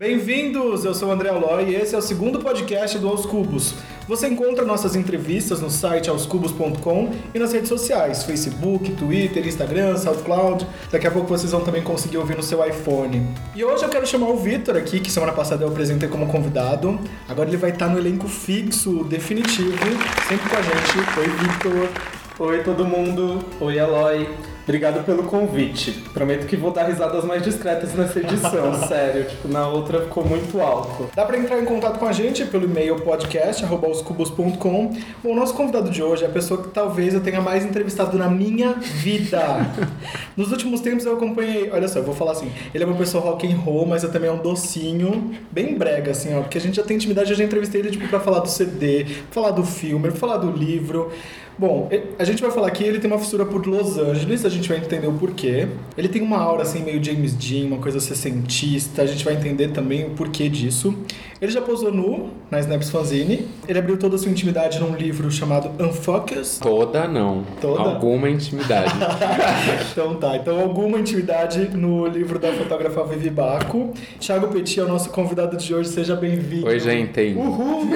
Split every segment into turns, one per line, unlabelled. Bem-vindos! Eu sou o André Aloy e esse é o segundo podcast do Aos Cubos. Você encontra nossas entrevistas no site aoscubos.com e nas redes sociais, Facebook, Twitter, Instagram, SoundCloud. Daqui a pouco vocês vão também conseguir ouvir no seu iPhone. E hoje eu quero chamar o Vitor aqui, que semana passada eu apresentei como convidado. Agora ele vai estar no elenco fixo, definitivo, sempre com a gente. Oi, Vitor.
Oi todo mundo, oi Aloy. Obrigado pelo convite. Prometo que vou dar risadas mais discretas nessa edição, sério. Tipo, na outra ficou muito alto.
Dá para entrar em contato com a gente pelo e-mail podcast@oscubos.com. Bom, o nosso convidado de hoje é a pessoa que talvez eu tenha mais entrevistado na minha vida. Nos últimos tempos eu acompanhei, olha só, eu vou falar assim, ele é uma pessoa rock and roll, mas eu também é um docinho, bem brega assim, ó, porque a gente já tem intimidade, eu já entrevistei ele tipo para falar do CD, pra falar do filme, pra falar do livro. Bom, a gente vai falar que ele tem uma fissura por Los Angeles, a gente vai entender o porquê. Ele tem uma aura assim meio James Dean, uma coisa sessentista, a gente vai entender também o porquê disso. Ele já posou nu na Snaps Fanzine, ele abriu toda a sua intimidade num livro chamado Unfocus.
Toda não.
Toda?
Alguma intimidade.
então tá, então alguma intimidade no livro da fotógrafa Vivi Baco. Thiago Petit é o nosso convidado de hoje, seja bem-vindo.
Oi, gente.
Uhul!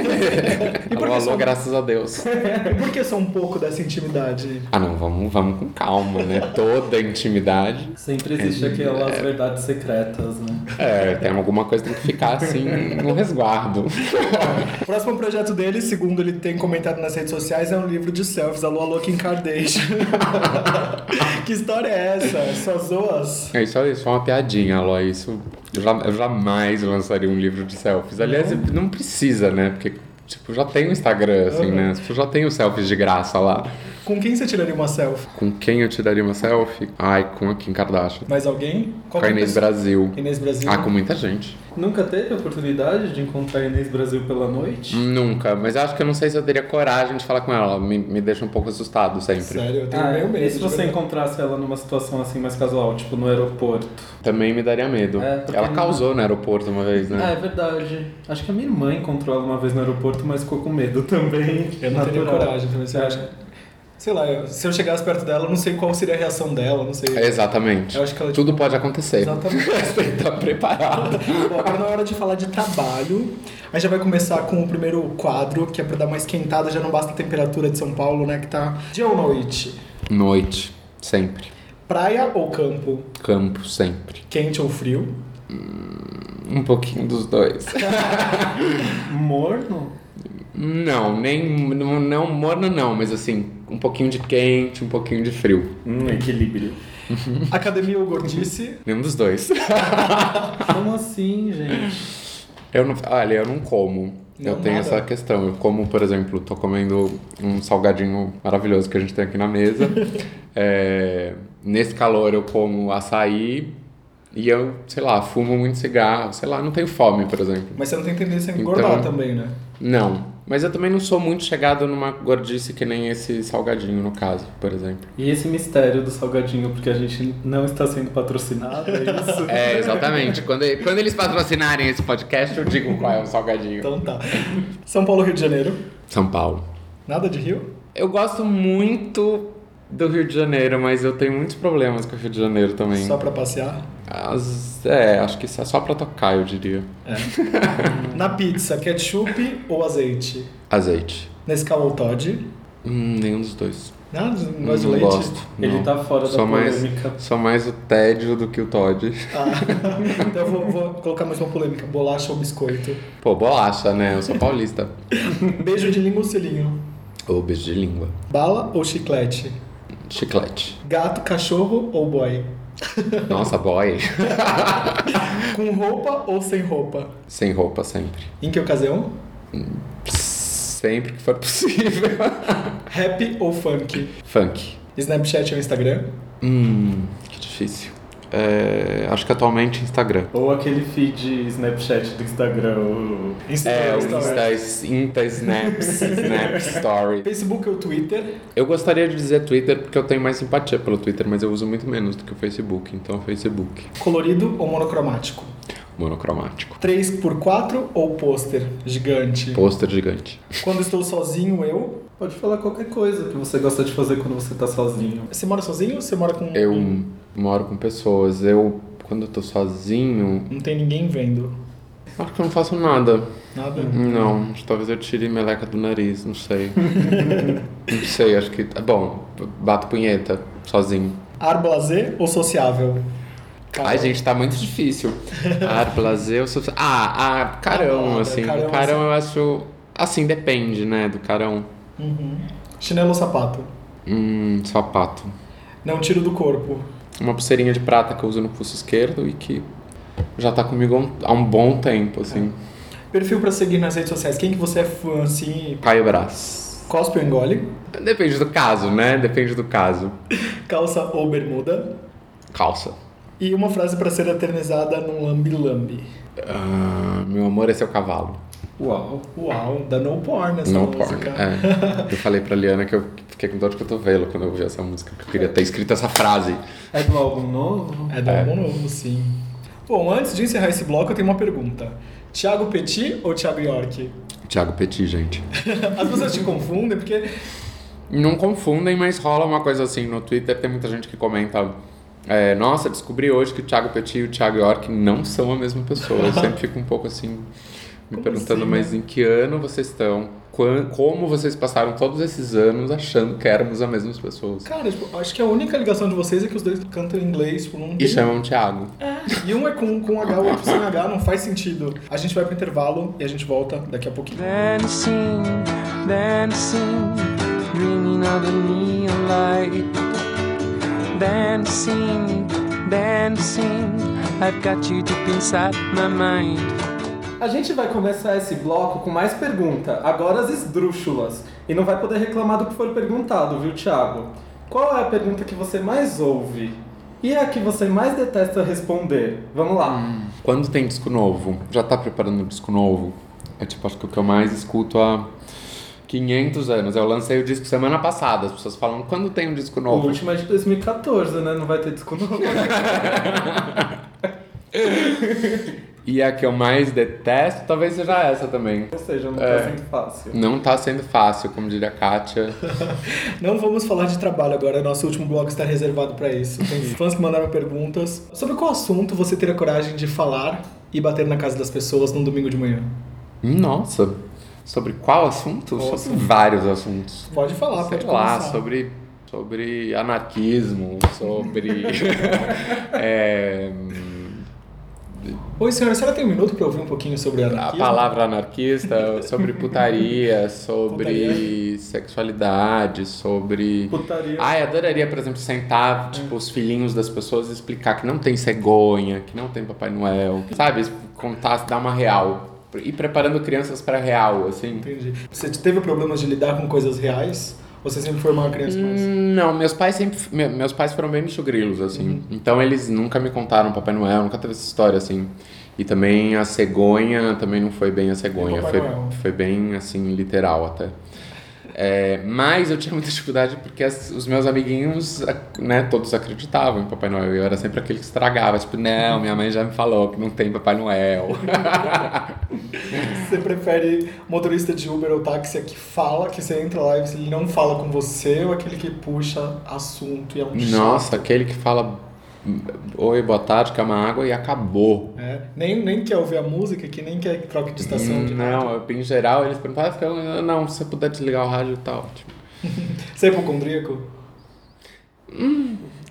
e por que
alô, alô,
só-
graças a Deus.
e por que só um pouco dessa intimidade?
Ah, não, vamos, vamos com calma, né? Toda intimidade.
Sempre existe
É.
aquelas verdades secretas, né?
É, tem alguma coisa que tem que ficar assim no resguardo.
O próximo projeto dele, segundo ele tem comentado nas redes sociais, é um livro de selfies, Alô Alô Kim Kardashian. que história é essa? Só zoas?
É isso aí, só uma piadinha, Ló. Isso eu, ja- eu jamais lançaria um livro de selfies. Aliás, não precisa, né? Porque, tipo, já tem o Instagram, assim, né? Tipo, já tem os selfies de graça lá.
Com quem você tiraria uma selfie?
Com quem eu te daria uma selfie? Ai, com a Kim Kardashian.
Mais alguém?
Com a Inês
é pessoa?
Brasil.
Inês Brasil.
Ah, com muita gente.
Nunca teve a oportunidade de encontrar Inês Brasil pela
Hum,
noite?
Nunca, mas eu acho que eu não sei se eu teria coragem de falar com ela. Ela Me, me deixa um pouco assustado sempre.
Sério, eu tenho
Ah,
meio medo.
e se
de
você
verdade.
encontrasse ela numa situação assim mais casual, tipo no aeroporto?
Também me daria medo.
É, porque
ela
não-
causou no aeroporto uma vez,
Ah,
né?
é verdade. Acho que a minha irmã encontrou ela uma vez no aeroporto, mas ficou com medo também.
Eu não teria
Natural.
coragem também, você
É.
acha? Sei lá, eu- se eu chegasse perto dela, eu não sei qual seria a reação dela, eu não sei.
Exatamente.
Eu acho que ela-
É,
tipo,
Tudo pode acontecer.
Exatamente.
Mas tem que estar preparado.
Bom, agora na hora de falar de trabalho, a gente vai começar com o primeiro quadro, que é pra dar uma esquentada, já não basta a temperatura de São Paulo, né, que tá dia ou noite.
Noite, sempre.
Praia ou campo?
Campo, sempre.
Quente ou frio?
Um pouquinho dos dois.
Morno?
não, nem. Não, não morno, não, mas assim, um pouquinho de quente, um pouquinho de frio.
Um equilíbrio.
Academia ou gordice?
Nenhum dos dois.
Como assim, gente?
Eu não, olha, eu não como.
Não,
eu tenho
nada.
essa questão. Eu como, por exemplo, tô comendo um salgadinho maravilhoso que a gente tem aqui na mesa. É, nesse calor eu como açaí e eu, sei lá, fumo muito cigarro. Sei lá, não tenho fome, por exemplo.
Mas você não tem tendência a
Então-
engordar também, né?
Não. Mas eu também não sou muito chegado numa gordice que nem esse salgadinho, no caso, por exemplo.
E esse mistério do salgadinho, porque a gente não está sendo patrocinado, é isso?
É, exatamente. quando, quando eles patrocinarem esse podcast, eu digo qual é o salgadinho.
Então tá. São Paulo, Rio de Janeiro.
São Paulo.
Nada de Rio?
Eu gosto muito do Rio de Janeiro, mas eu tenho muitos problemas com o Rio de Janeiro também.
Só pra passear?
As- é, acho que isso é só pra tocar, eu diria.
Na pizza, ketchup ou azeite?
Azeite.
Nescau ou Todd?
Hum, nenhum dos dois.
Nada, não gosto de
não
leite.
gosto.
Ele
não.
tá fora da
sou mais,
polêmica.
Sou mais o tédio do que o Todd.
Ah, então eu vou, vou colocar mais uma polêmica. Bolacha ou biscoito?
Pô, bolacha, né? Eu sou paulista.
Beijo de língua ou selinho?
Ô, beijo de língua.
Bala ou chiclete?
Chiclete.
Gato, cachorro ou boy?
Nossa, boy.
Com roupa ou sem roupa?
Sem roupa sempre.
Em que ocasião?
Sempre que for possível.
Rap ou funk?
Funk.
Snapchat ou Instagram?
Hum, que difícil. É, acho que atualmente Instagram.
Ou aquele feed Snapchat do Instagram. o-
É, o
Instagram.
Insta, Insta Snaps, Snap Story.
Facebook ou Twitter?
Eu gostaria de dizer Twitter porque eu tenho mais simpatia pelo Twitter, mas eu uso muito menos do que o Facebook, então Facebook.
Colorido ou monocromático?
Monocromático.
3x4 ou pôster gigante?
Pôster gigante.
Quando estou sozinho, eu.
Pode falar qualquer coisa que você gosta de fazer quando você tá sozinho.
Você mora sozinho ou você mora com. um-
Eu moro com pessoas, eu, quando eu tô sozinho,
Não tem ninguém vendo.
Acho que eu não faço nada.
Nada.
Não, acho que talvez eu tire meleca do nariz, não sei. não sei, acho que. Bom, bato punheta sozinho.
Ar blasé ou sociável? Cara,
Ai, gente, tá muito difícil. Ar, prazer, eu sou... Ah, ah, carão,
Ah,
assim.
carão,
Carão, carão eu acho... Assim, depende, né, do carão.
Uhum. Chinelo ou sapato?
Hum, sapato.
Não tiro do corpo.
Uma pulseirinha de prata que eu uso no pulso esquerdo e que já tá comigo há um, há um bom tempo, assim.
Perfil pra seguir nas redes sociais. Quem que você é fã, assim?
Caio Brás.
Cospe ou engole?
Depende do caso, né? Depende do caso.
Calça ou bermuda?
Calça.
E uma frase pra ser eternizada num lambi-lambi.
Ah, meu amor é seu cavalo.
Uau.
Uau, da no porn essa
Não
música.
porn. É. Eu falei pra Liana que eu fiquei com dor de cotovelo quando eu ouvi essa música. Que eu queria ter escrito essa frase.
É do álbum novo?
É do álbum novo, sim. Bom, antes de encerrar esse bloco, eu tenho uma pergunta. Thiago Petit ou Thiago York?
Tiago Petit, gente.
As pessoas te confundem porque
Não confundem, mas rola uma coisa assim no Twitter. Tem muita gente que comenta. é, Nossa, descobri hoje que o Thiago Petit e o Thiago York não são a mesma pessoa. Eu sempre fico um pouco assim, me
Como
perguntando,
assim,
mas em que ano vocês estão? Quan- Como vocês passaram todos esses anos achando que éramos as mesmas pessoas?
Cara, tipo, acho que a única ligação de vocês é que os dois cantam em inglês, tipo, não tem-
E chamam o Thiago.
E um é com, com H, o outro sem H, não faz sentido. A gente vai pro intervalo e a gente volta daqui a pouquinho.
É. Dancing, dancing, dreaming of the neon light. Dancing, dancing, I've got you deep inside my mind.
A gente vai começar esse bloco com mais pergunta, agora as esdrúxulas. E não vai poder reclamar do que for perguntado, viu, Thiago? Qual é a pergunta que você mais ouve? E é a que você mais detesta responder? Vamos lá.
Hum. Quando tem disco novo, já tá preparando o disco novo? É tipo, acho que o que eu mais escuto há 500 anos. Eu lancei o disco semana passada. As pessoas falam, quando tem um disco
O
novo?
último é de 2014, né? Não vai ter disco novo.
E a que eu mais detesto talvez seja essa também.
Ou seja, não
É.
tá sendo fácil.
Não tá sendo fácil, como diria a Kátia.
Não vamos falar de trabalho agora, nosso último bloco está reservado pra isso. Tem fãs que mandaram perguntas. Sobre qual assunto você teria coragem de falar e bater na casa das pessoas num domingo de manhã?
Nossa, sobre qual assunto?
Qual
sobre vários assuntos.
Pode falar,
Sei
pode
lá,
começar.
sobre, sobre anarquismo, sobre. é,
Oi, senhora, a senhora tem um minuto pra ouvir um pouquinho sobre
a
anarquismo?
palavra anarquista, sobre putaria, sobre
Putaria.
sexualidade, sobre.
Putaria.
Ai, Ah, adoraria, por exemplo, sentar tipo, os filhinhos das pessoas e explicar que não tem cegonha, que não tem Papai Noel, sabe? Contar, dar uma real. Ir preparando crianças pra real, assim.
Entendi. Você teve problemas de lidar com coisas reais? Ou você sempre foi uma criança mais?
Hum, Não, meus pais sempre. me- Meus pais foram bem bichogrilos, assim.
Uhum.
Então eles nunca me contaram Papai Noel, nunca teve essa história, assim. E também a cegonha também não foi bem a cegonha.
Papai
Foi,
Noel.
foi bem, assim, literal até. É, mas eu tinha muita dificuldade porque as- os meus amiguinhos, ac- né, todos acreditavam em Papai Noel. E eu era sempre aquele que estragava, tipo, não, minha mãe já me falou que não tem Papai Noel.
Você prefere motorista de Uber ou táxi que fala, que você entra lá e ele não fala com você, ou aquele que puxa assunto e é um chato?
Nossa, aquele que fala oi, boa tarde, quer uma água e acabou.
É, nem, nem quer ouvir a música, que nem quer que troque de estação. de rádio.
Não, eu, em geral eles perguntavam, ah, fica- não, se você puder desligar o rádio, tá ótimo.
Você é hipocondríaco?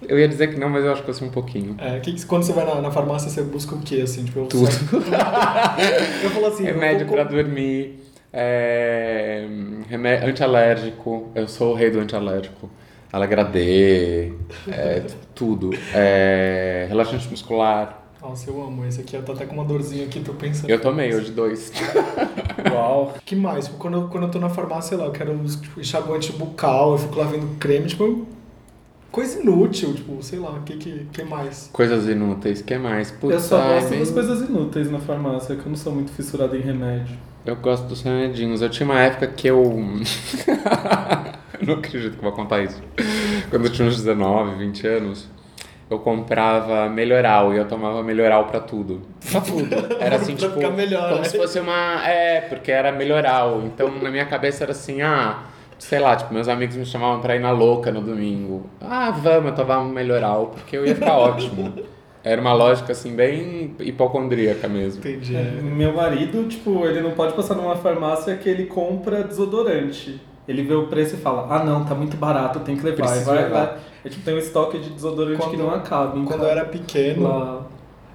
Eu ia dizer que não, mas eu acho que eu sou um pouquinho.
É, que, que- quando você vai na, na farmácia, você busca o quê, assim? Tipo, eu
Tudo.
Só... eu falo assim,
remédio
eu
pra
vou...
dormir, é, remé- antialérgico, eu sou o rei do antialérgico. Alagradê, é, tudo. É, relaxante muscular.
Nossa, eu amo esse aqui. Eu tô até com uma dorzinha aqui, tô pensando.
Eu tomei hoje dois.
Uau.
Que mais? Tipo, quando, eu, quando eu tô na farmácia, sei lá, eu quero uns, tipo, enxaguante bucal, eu fico lá vendo creme, tipo... Coisa inútil, tipo, sei lá, o que, que, que mais?
Coisas inúteis, que mais? Putz,
eu só
ai,
gosto
bem-
das coisas inúteis na farmácia, que eu não sou muito fissurado em remédio.
Eu gosto dos remedinhos. Eu tinha uma época que eu. eu não acredito que eu vou contar isso. Quando eu tinha uns 19, 20 anos, eu comprava melhoral e eu tomava melhoral pra tudo. Pra tudo. Era assim,
Pra
tipo.
ficar melhor,
como
né?
se fosse uma. É, porque era melhoral. Então na minha cabeça era assim, ah. Sei lá, tipo, meus amigos me chamavam pra ir na louca no domingo. Ah, vamos, eu tomava um melhoral, porque eu ia ficar ótimo. Era uma lógica assim, bem hipocondríaca mesmo.
Entendi.
Meu marido, tipo, ele não pode passar numa farmácia que ele compra desodorante. Ele vê o preço e fala, ah não, tá muito barato, tem que levar. E
Preciso
vai,
levar.
vai. É tipo, tem um estoque de desodorante que
Quando-
não acaba. então,
Quando eu era pequeno,
Lá.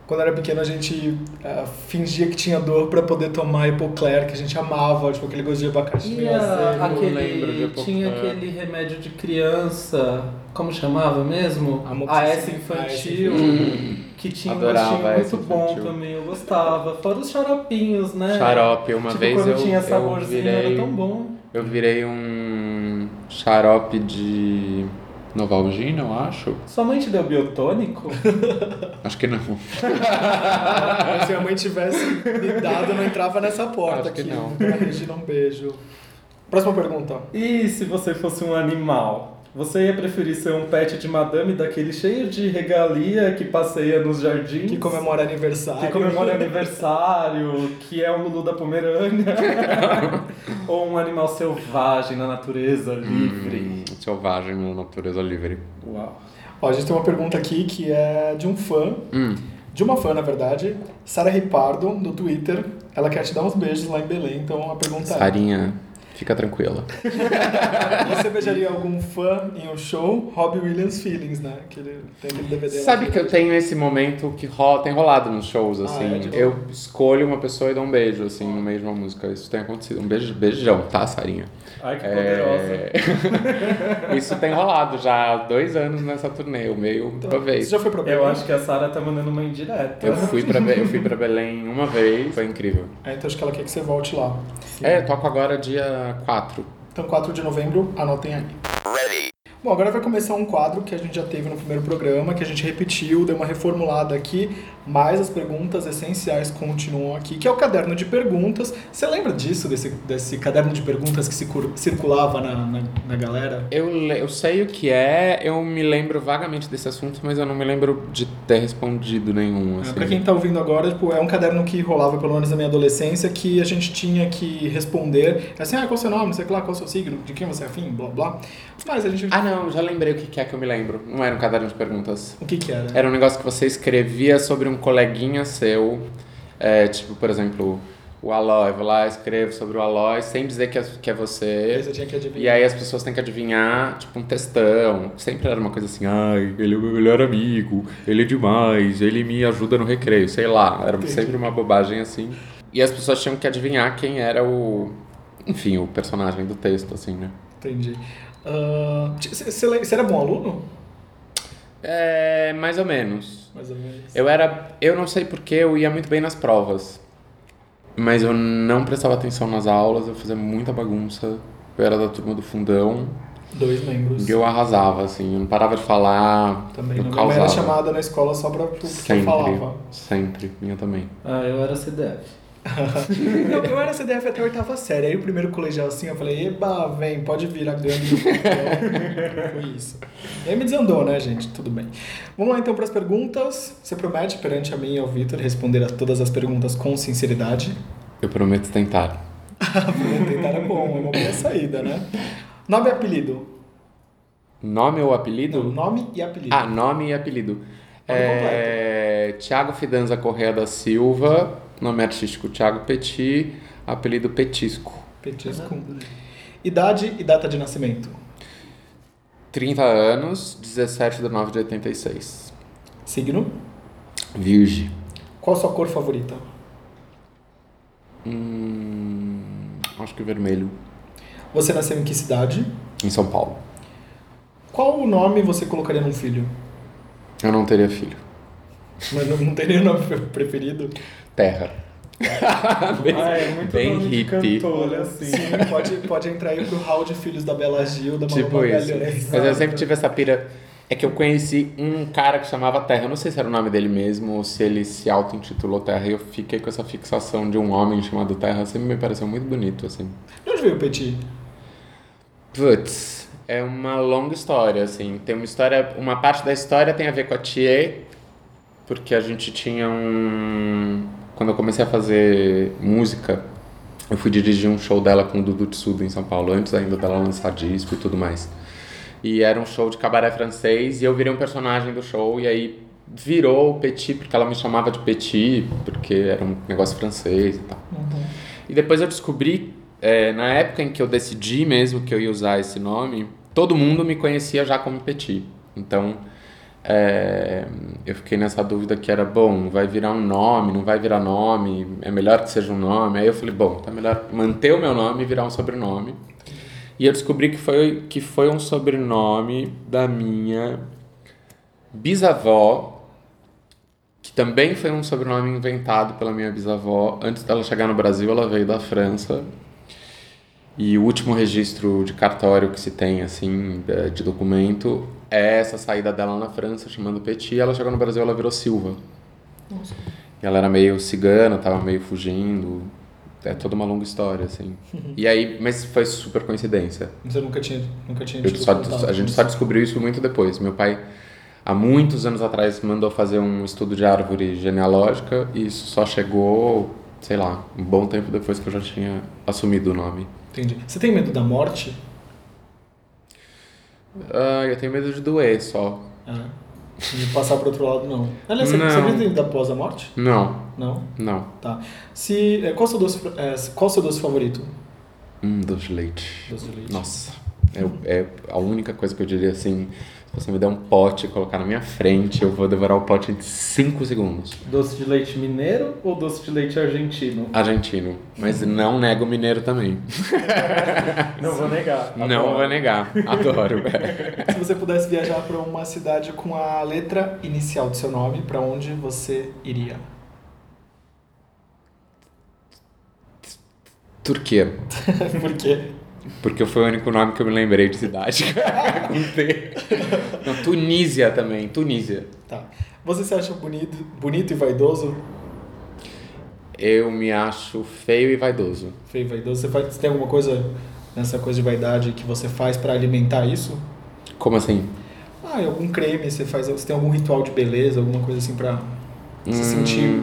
Quando eu era pequeno, a gente ah, fingia que tinha dor pra poder tomar Epocler, que a gente amava, tipo, aquele gosto de abacaxi
E
meio azedo.
a,
não lembro de
aquele,
Epocler.
tinha aquele remédio de criança, como chamava mesmo?
Amoxicilina.
AS infantil, que tinha
Adorava
um gostinho
AS
muito bom
infantil.
também, eu gostava. Fora os xaropinhos, né?
Xarope, uma
tipo,
vez
quando
eu,
tinha
eu
saborzinho,
virei.
era tão bom.
Eu virei um xarope de Novalgina, eu acho.
Sua mãe te deu biotônico?
Acho que não.
Se a mãe tivesse me dado, eu não entrava nessa porta
Acho que
aqui.
não.
Pra Regina, um beijo. Próxima pergunta.
E se você fosse um animal? Você ia preferir ser um pet de madame daquele cheio de regalia que passeia nos jardins?
Que comemora aniversário.
que comemora aniversário, que é o Lulu da Pomerânia. Ou um animal selvagem na natureza, livre.
Hum, selvagem na natureza livre.
Uau.
Ó, a gente tem uma pergunta aqui que é de um fã,
Hum,
de uma fã, na verdade, Sara Ripardo, do Twitter. Ela quer te dar uns beijos lá em Belém, então a pergunta é...
Sarinha, fica tranquila.
Você beijaria algum fã em um show? Robbie Williams Feelings, né? Que ele tem aquele DVD lá.
Sabe que eu tenho esse momento que rola, tem rolado nos
Ah,
shows, assim.
é, de boa.
eu escolho uma pessoa e dou um beijo, assim, no meio de uma música. Isso tem acontecido. Um beijo, beijão, tá, Sarinha?
Ai, que poderosa.
É... Isso tem rolado já há dois anos nessa turnê, o meio
Então,
uma vez.
Você Então, já foi né? pra Belém?
Eu acho que a Sarah tá mandando uma indireta.
Eu fui, pra, Be- eu fui pra Belém uma vez, foi incrível.
É, então acho que ela quer que você volte lá.
É, eu toco agora dia 4.
Então, 4 de novembro, anotem aí. Bom, agora vai começar um quadro que a gente já teve no primeiro programa, que a gente repetiu, deu uma reformulada aqui, mas as perguntas essenciais continuam aqui, que é o caderno de perguntas. Você lembra disso, desse, desse caderno de perguntas que se cur- circulava na, na, na galera?
Eu, le- eu sei o que é, eu me lembro vagamente desse assunto, mas eu não me lembro de ter respondido nenhum. Assim.
É, Pra quem tá ouvindo agora, tipo, é um caderno que rolava pelo menos na minha adolescência, que a gente tinha que responder, assim, ah, qual o seu nome, não sei o que lá, qual o seu signo, de quem você é afim, blá blá. Mas a gente...
Ah, não, já lembrei o que que é que eu me lembro. Não era um caderno de perguntas.
O que que era? né?
Era um negócio que você escrevia sobre um coleguinha seu. é, tipo, por exemplo, o Aloy. Vou lá, escrevo sobre o Aloy, sem dizer que é, que é
Aí
você.
você tinha que adivinhar.
E aí as pessoas têm que adivinhar, tipo, um textão. Sempre era uma coisa assim, ai, ele é o meu melhor amigo, ele é demais, ele me ajuda no recreio, sei lá. Era sempre uma bobagem assim. E as pessoas tinham que adivinhar quem era o. Enfim, o personagem do texto, assim, né?
Entendi. Ah, Você era bom aluno?
É, mais ou menos.
Mais ou menos.
Eu era. Eu não sei porque eu ia muito bem nas provas. Mas eu não prestava atenção nas aulas, eu fazia muita bagunça. Eu era da turma do fundão
Dois membros.
e eu arrasava, assim, eu não parava de falar.
Também. né? Minha
eu
mãe
causava.
era chamada na escola só pra porque eu
Sempre,
falava.
sempre, minha também.
Ah, eu era CDF.
Eu, eu era CDF até a oitava série. Aí o primeiro colegial assim, eu falei, eba, vem, pode vir, a grande do papel." Foi isso. E aí me desandou, né, gente? Tudo bem. Vamos lá então para as perguntas. Você promete perante a mim e ao Vitor responder a todas as perguntas com sinceridade?
Eu prometo tentar.
Tentar é bom, é uma boa saída, né? Nome e apelido.
Nome ou apelido?
Não, nome e apelido.
Ah, nome e apelido. É, Tiago Fidanza Correia da Silva, nome artístico Tiago Petit, apelido Petisco.
Petisco. Idade e data de nascimento.
30 anos, 17 de 9 de 86.
Signo.
Virgem.
Qual sua cor favorita?
Hum, acho que vermelho.
Você nasceu em que cidade?
Em São Paulo.
Qual o nome você colocaria num filho?
Eu não teria filho.
Mas não, não tem nenhum nome pre- preferido?
Terra. bem
ah, é muito
bem
nome de
hippie.
cantora, assim.
Sim, pode, pode entrar aí pro hall de filhos da Bela Gil, da Malu
tipo isso.
Magalhães.
Mas eu sempre tive essa pira. É que eu conheci um cara que chamava Terra. Eu não sei se era o nome dele mesmo ou se ele se auto-intitulou Terra. E eu fiquei com essa fixação de um homem chamado Terra. Sempre me pareceu muito bonito, assim.
De onde veio o Petit?
Putz, é uma longa história, assim. Tem uma história. Uma parte da história tem a ver com a Thier, porque a gente tinha um. Quando eu comecei a fazer música, eu fui dirigir um show dela com o Dudu Tsuda em São Paulo, antes ainda dela lançar disco e tudo mais. E era um show de cabaré francês, e eu virei um personagem do show, e aí virou Petit, porque ela me chamava de Petit, porque era um negócio francês e tal. E depois eu descobri, é, na época em que eu decidi mesmo que eu ia usar esse nome, todo mundo me conhecia já como Petit. Então, é, eu fiquei nessa dúvida que era, bom, vai virar um nome, não vai virar nome, é melhor que seja um nome. Aí eu falei, bom, tá melhor manter o meu nome e virar um sobrenome. E eu descobri que foi, que foi um sobrenome da minha bisavó, que também foi um sobrenome inventado pela minha bisavó. Antes dela chegar no Brasil, ela veio da França. E o último registro de cartório que se tem, assim, da- de documento, é essa saída dela na França, chamando Petit. Ela chegou no Brasil, ela virou Silva. E ela era meio cigana, tava meio fugindo. É toda uma longa história, assim. E aí, mas foi super coincidência.
Você nunca tinha, nunca tinha
Eu
tido
só-
contato
a gente
com
só
isso.
descobriu isso muito depois. Meu pai, há muitos anos atrás, mandou fazer um estudo de árvore genealógica e isso só chegou, sei lá, um bom tempo depois que eu já tinha assumido o nome.
Entendi. Você tem medo da morte?
Ah, eu tenho medo de doer só.
Ah, De passar pro outro lado, não. Aliás, você,
Não.
você acredita em vida após a morte?
Não,
Não?
não.
Tá. Se, eh, qual, o seu doce, fa- eh, qual o seu doce favorito?
Hum, doce de leite.
Doce de leite.
Nossa, é, é a única coisa que eu diria assim. Se você me der um pote e colocar na minha frente, eu vou devorar o pote em 5 segundos.
Doce de leite mineiro ou doce de leite argentino?
Argentino. Mas não nego mineiro também.
Não vou negar.
Não vai negar. Adoro.
Se você pudesse viajar para uma cidade com a letra inicial do seu nome, para onde você iria?
Turquia.
Por quê?
Porque foi o único nome que eu me lembrei de cidade. Com T. Não, Tunísia também. Tunísia.
Tá. Você se acha bonito, bonito e vaidoso?
Eu me acho feio e vaidoso.
Feio e vaidoso. Você, faz, você tem alguma coisa nessa coisa de vaidade que você faz para alimentar isso?
Como assim?
Ah, e algum creme, você faz, você tem algum ritual de beleza, alguma coisa assim pra
Hum.
se sentir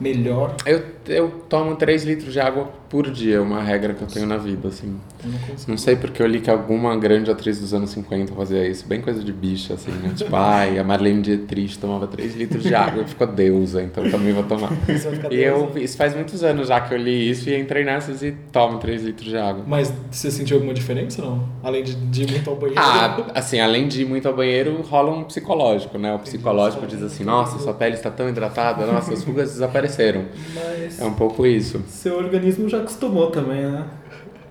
melhor?
Eu, eu tomo 3 litros de água por dia. É uma regra que eu tenho na vida, assim.
Eu não consigo.
Não sei porque eu li que alguma grande atriz dos anos 50 fazia isso. Bem coisa de bicha, assim, né? Tipo, ai, a Marlene Dietrich tomava 3 litros de água e ficou deusa, então também vou tomar.
Isso vai ficar
E eu,
doce.
isso faz muitos anos já que eu li isso e entrei nessas e tomo 3 litros de água.
Mas você sentiu alguma diferença ou não? Além de, de ir muito ao banheiro?
Ah, assim, além de ir muito ao banheiro, rola um psicológico, né? O psicológico diz assim, nossa, sua pele está tão hidratada, nossa, as rugas desapareceram.
Mas
É um pouco isso.
seu organismo já acostumou também, né?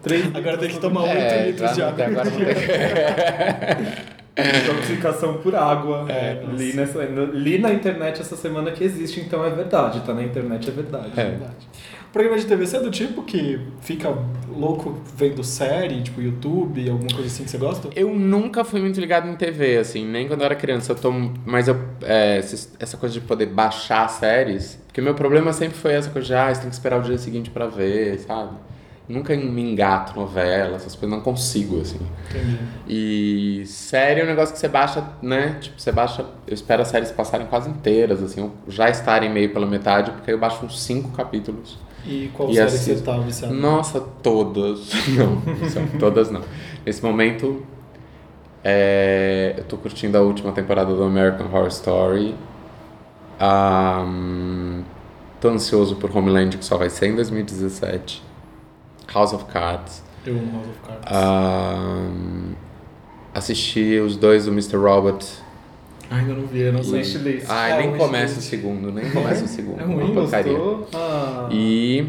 Três
Agora tem que
litros
tomar 8
É,
litros
já
de água.
não tem- agora não tem- É.
de intoxicação por água.
É,
li, nessa- li na internet essa semana que existe, então é verdade. Tá na internet, é verdade.
É.
Verdade. Programa de TV, você é do tipo que fica louco vendo série, tipo YouTube, alguma coisa assim que você gosta?
Eu nunca fui muito ligado em TV, assim, nem quando eu era criança. Eu tô, mas eu, é, esses- essa coisa de poder baixar séries, porque meu problema sempre foi essa coisa de, ah, você tem que esperar o dia seguinte pra ver, sabe? Nunca me engato novela, essas coisas, não consigo, assim.
Entendi.
E série é um negócio que você baixa, né? Tipo, você baixa. Eu espero as séries passarem quase inteiras, assim, ou já estarem meio pela metade, porque aí eu baixo uns cinco capítulos.
E qual
E
série que você
assisto.
tá viciado?
Nossa, todas. Não, são todas não. Nesse momento, é, eu tô curtindo a última temporada do American Horror Story. Ahn, tô ansioso por Homeland, que só vai ser em 2017. House of Cards.
Eu amo House of Cards.
Ah. Ahn, assisti os dois do Mr. Robot.
Ainda não vi, eu não sei.
Wishlist.
Ai,
É,
nem
o
começa o
Wishlist.
segundo, nem começa o segundo.
É
uma
ruim,
porcaria.
Gostou? Ah,
E.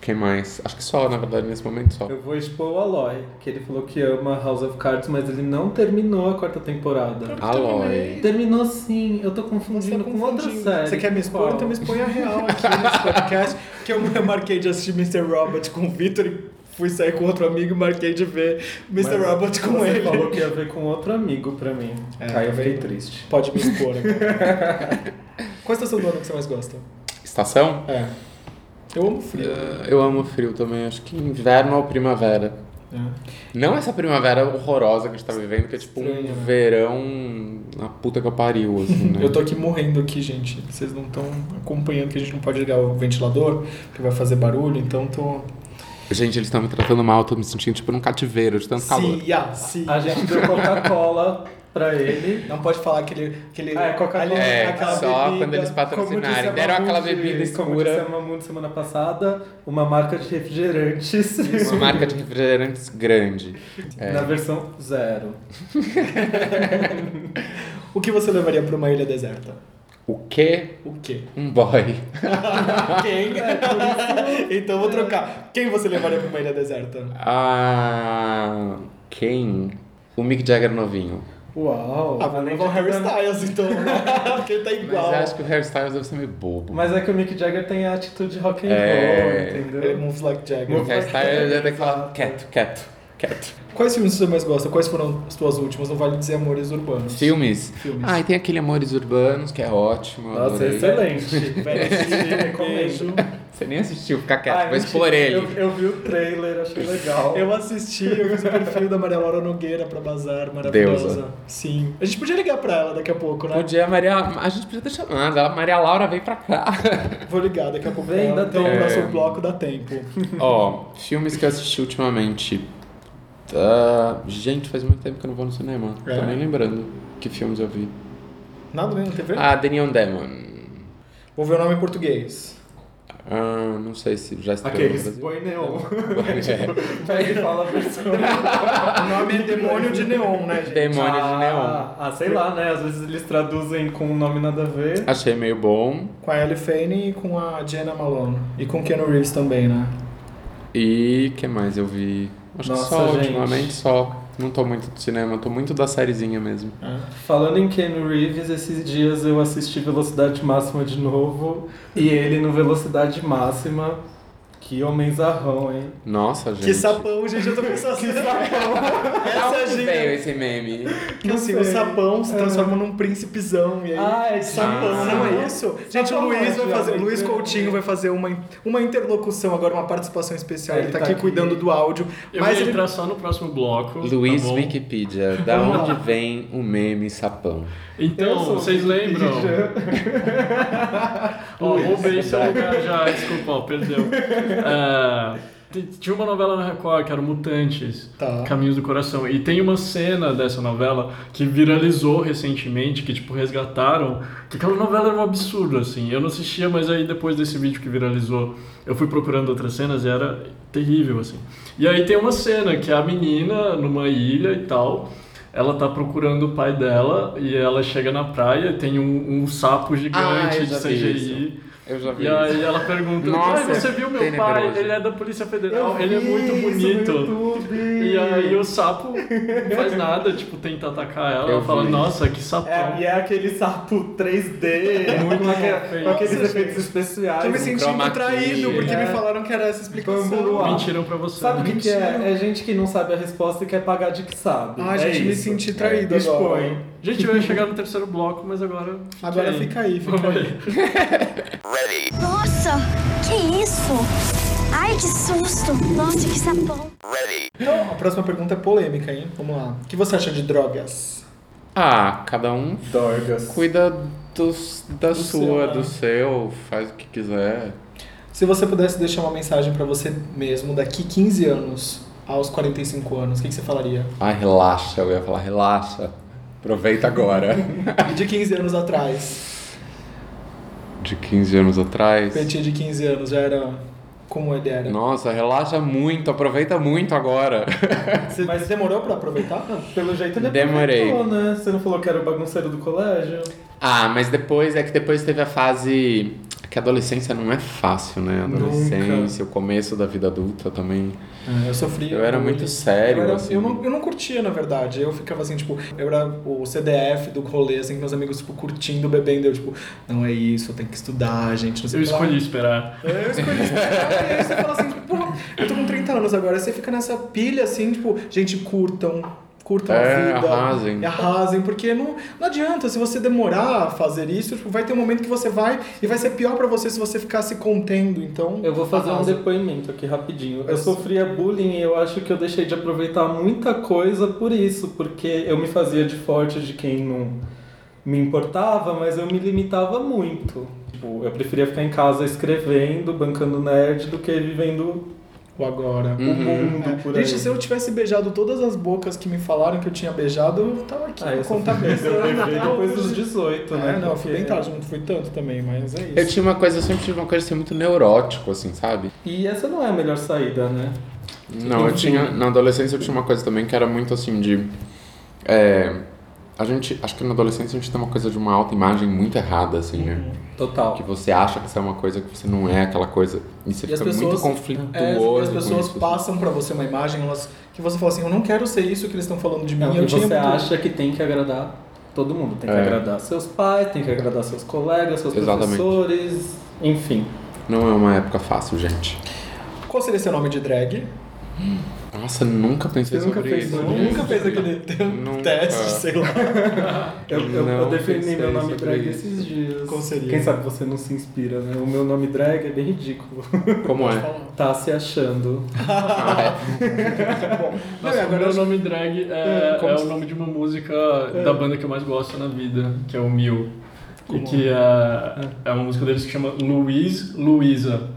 Quem mais? Acho que só, na verdade, nesse momento só.
Eu vou expor o Aloy, que ele falou que ama House of Cards, mas ele não terminou a quarta temporada.
Aloy.
Terminou sim, eu tô
Você tá
confundindo com outra
confundindo.
série.
Você quer me expor?
Qual?
Então me expõe a real aqui nesse podcast. Que eu marquei de assistir Mr. Robot com o Victor e fui sair com outro amigo e marquei de ver Mr.
Mas
Robot com
você
ele.
falou que ia ver com outro amigo pra mim.
É,
Aí eu
tá
fiquei
vendo?
triste.
Pode me expor agora. Qual estação do ano que você mais gosta?
Estação?
É. Eu amo frio.
Ah, Eu amo frio também, acho que inverno ou primavera.
É.
Não essa primavera horrorosa que a gente tá vivendo, que é tipo
Estranho,
um
né?
verão na puta que eu pariu, assim, né?
Eu tô aqui morrendo aqui, gente. Vocês não estão acompanhando que a gente não pode ligar o ventilador, porque vai fazer barulho, então tô.
Gente, eles estão me tratando mal, tô me sentindo tipo num cativeiro de tanto calor.
Cia, cia.
A gente deu Coca-Cola pra ele.
Não pode falar aquele. aquele
Ah, é Coca-Cola.
ali-
É,
aquela
só
bebida.
quando eles
Como
patrocinarem.
disse a
Deram aquela
Mamundi-
bebida
Como disse a
escura.
Mamundi semana passada, uma marca de refrigerantes
Uma marca de refrigerantes grande. É.
na versão zero.
O que você levaria pra uma ilha deserta?
O que?
O quê?
Um boy.
Quem? então vou trocar. Quem você levaria pra uma ilha deserta?
Ah. Quem? O Mick Jagger novinho.
Uau!
Ah, vou
além
levar o
de
Harry
tudo-
Styles, então. Porque ele tá
Mas
igual.
eu acho que o hairstyles deve ser meio bobo.
Mas é que o Mick Jagger tem a atitude rock and
É.
roll,
Ele
entendeu?
moves like Jagger.
O hairstyle já tem que falar quieto, quieto, quieto.
Quais filmes você mais gosta? Quais foram as tuas últimas? Não vale dizer Amores Urbanos.
Filmes?
Filmes.
Ah, e tem aquele Amores Urbanos, que é ótimo. eu
Nossa,
adorei.
excelente.
Velho,
Excelente,
beijo.
recomendo.
Você nem assistiu, fica quieto,
Ah,
vou
mentira,
expor ele.
Eu, eu vi o trailer, achei legal.
Eu assisti, eu fiz o perfil da Maria Laura Nogueira pra Bazar, maravilhosa.
Deusa.
Sim. A gente podia ligar pra ela daqui a pouco, né?
Podia, Maria. A gente podia ter chamado. A Maria Laura vem pra cá.
Vou ligar daqui a pouco.
Vem,
pra ela.
dá
então,
tempo.
o próximo
É.
bloco dá tempo.
Ó, filmes que eu assisti ultimamente. Tá, Gente, faz muito tempo que eu não vou no cinema.
É?
Tô nem lembrando que filmes eu vi.
Nada né? mesmo, TV?
É.
Ah, The Neon Demon.
Vou ver o nome em português.
Ah, não sei se já estreou no
Aqueles
Brasil.
boi neon.
É.
Mas ele fala a versão.
O nome é Demônio de Neon, né, gente?
Demônio de Neon.
Ah, ah, sei lá, né? Às vezes eles traduzem com um nome nada a ver.
Achei meio bom.
Com a Ellie Fanning e com a Jenna Malone. E com Keanu Reeves também, né?
E que mais eu vi? Acho
Nossa,
que só,
gente.
ultimamente só. Não tô muito do cinema, tô muito da sériezinha mesmo.
Falando em Keanu Reeves, esses dias eu assisti Velocidade Máxima de novo. E ele no Velocidade Máxima. Que homem zarrão, hein?
Nossa, gente.
Que sapão, gente, eu tô pensando assim. Que sapão! Essa
Onde veio
gíria.
esse meme?
Que assim,
Não
o
sei.
sapão se
É.
transforma num príncipezão. E aí,
Ah, é
sapão,
sapão.
não é isso? Gente, o
Sapão
Luiz
não,
vai fazer. O
gente.
Luiz Coutinho vai fazer uma, uma interlocução agora, uma participação especial.
Ele
Ele tá
tá
aqui
aqui.
cuidando do áudio.
Eu
Mas
vou
ele.
entrar só no próximo bloco.
Luiz
tá bom?
Wikipedia, da
Vamos
onde
lá.
vem o meme sapão?
Eu
Então,
sou
vocês
Vicky
lembram?
Pigeon.
Ó, roubei seu lugar já, desculpa, ó, perdeu. Ah, t- tinha uma novela na Record que era Mutantes.
Tá.
Caminhos do Coração. E tem uma cena dessa novela que viralizou recentemente, que tipo resgataram, que aquela novela era um absurdo assim. Eu não assistia, mas aí depois desse vídeo que viralizou, eu fui procurando outras cenas e era terrível assim. E aí tem uma cena que a menina numa ilha e tal, ela tá procurando o pai dela e ela chega na praia e tem um, um sapo gigante
Ah, eu
de
já vi
CGI.
Eu já vi.
E aí ela pergunta,
Nossa,
"Ai, você viu meu pai?
tenebroso.
Ele é da Polícia Federal,
Eu
ele é
vi
muito
isso
bonito.
no YouTube.
E aí o sapo não faz nada, tipo, tenta atacar ela,
Eu
ela fala,
vi.
nossa, que sapão.
É, e é aquele sapo 3D,
Muito
com, aque-
bom,
com aqueles
gente.
efeitos especiais.
Tô me sentindo
chroma
traído,
key,
porque
né?
me falaram que era essa explicação.
Bamburuá.
Mentiram pra você.
Sabe o que, que
Mentira.
é? É gente que não sabe a resposta e quer pagar de que sabe.
Ah,
é
gente, me
isso.
senti traído agora.
É, Expõe.
Gente, eu ia chegar no terceiro bloco, mas agora. fica
Agora fica aí, fica aí.
Nossa, que isso? Ai, que susto! Nossa, que sapão!
Então, a próxima pergunta é polêmica, hein? Vamos lá. O que você acha de drogas?
Ah, cada um
Dorgas.
cuida dos, da sua,
seu, né?
do seu, faz o que quiser.
Se você pudesse deixar uma mensagem pra você mesmo daqui 15 anos aos 45 anos, o que, que você falaria?
Ah, relaxa, eu ia falar, relaxa. Aproveita agora.
E de 15 anos atrás?
De 15 anos atrás.
Petinho de 15 anos já era como ele era.
Nossa, relaxa muito, aproveita muito agora.
Você- Mas demorou pra aproveitar?
Pelo jeito ele
Demorei.
aproveitou, né? Você não falou que era o bagunceiro do colégio?
Ah, mas depois é que depois teve a fase que a adolescência não é fácil, né? A Adolescência, o começo da vida adulta também.
É, eu sofri. um
Eu era muito sério,
Eu, era-
assim.
eu não, eu não curtia, na verdade. Eu ficava assim, tipo, eu era o CDF do rolê, assim, que meus amigos, tipo, curtindo, bebendo. Eu, tipo, não é isso, eu tenho que estudar, gente. Não sei
Eu
o que lá. É,
escolhi esperar.
Eu escolhi estudar. e aí você fala assim, porra, eu tô com 30 anos agora. Você fica nessa pilha assim, tipo, gente, curtam. Curtam
É,
a vida.
arrasem.
E Arrasem, porque não, não adianta. Se você demorar a fazer isso, tipo, vai ter um momento que você vai e vai ser pior pra você se você ficar se contendo. Então.
Eu vou fazer um
arrasem.
depoimento aqui rapidinho. Eu sofria bullying e eu acho que eu deixei de aproveitar muita coisa por isso, porque eu me fazia de forte de quem não me importava, mas eu me limitava muito. Tipo, eu preferia ficar em casa escrevendo, bancando nerd, do que vivendo
o agora, o
Uhum.
mundo
É.
por aí. Gente, um se eu tivesse beijado todas as bocas que me falaram que eu tinha beijado, eu tava aqui
Ah, eu só
contabilizando
eu beijei
até
depois
hoje.
dos 18,
É,
né?
não, foi
porque-
bem tarde, não fui tanto também, mas é
Eu
isso.
tinha uma coisa, eu sempre tive uma coisa de ser muito neurótico, assim, sabe?
E essa não é a melhor saída, né?
Não, eu tinha. Na adolescência eu tinha uma coisa também que era muito assim de. é, a gente. Acho que na adolescência a gente tem uma coisa de uma autoimagem muito errada, assim, né?
Total.
Que você acha que você é uma coisa que você não é aquela coisa. E você
E
fica
as pessoas-
muito conflituoso.
É, e as
com
pessoas
isso.
passam pra você uma imagem elas, que você fala assim, eu não quero ser isso que eles estão falando de mim.
É o
eu
que
tinha
você
muito-
acha que tem que agradar todo mundo. Tem que
É.
agradar seus pais, tem que agradar seus colegas, seus
Exatamente.
professores, enfim.
Não é uma época fácil, gente.
Qual seria seu nome de drag?
Nossa, nunca pensei
Você nunca
sobre
fez,
isso.
não?
gente.
Nunca fez aquele
Nunca.
É.
teste, sei lá.
Eu, eu, eu
Não
defini
pensei
meu nome
sobre
drag
isso.
esses dias.
Qual seria?
Quem sabe você não se inspira, né? O meu nome drag é bem ridículo.
Como é?
Tá se achando.
Ah, é.
Nossa,
agora
o meu
eu-
nome drag é, é o nome de uma música
É.
da banda que eu mais gosto na vida, que é o Mil. E que é, é uma música deles que chama Luiz Luísa.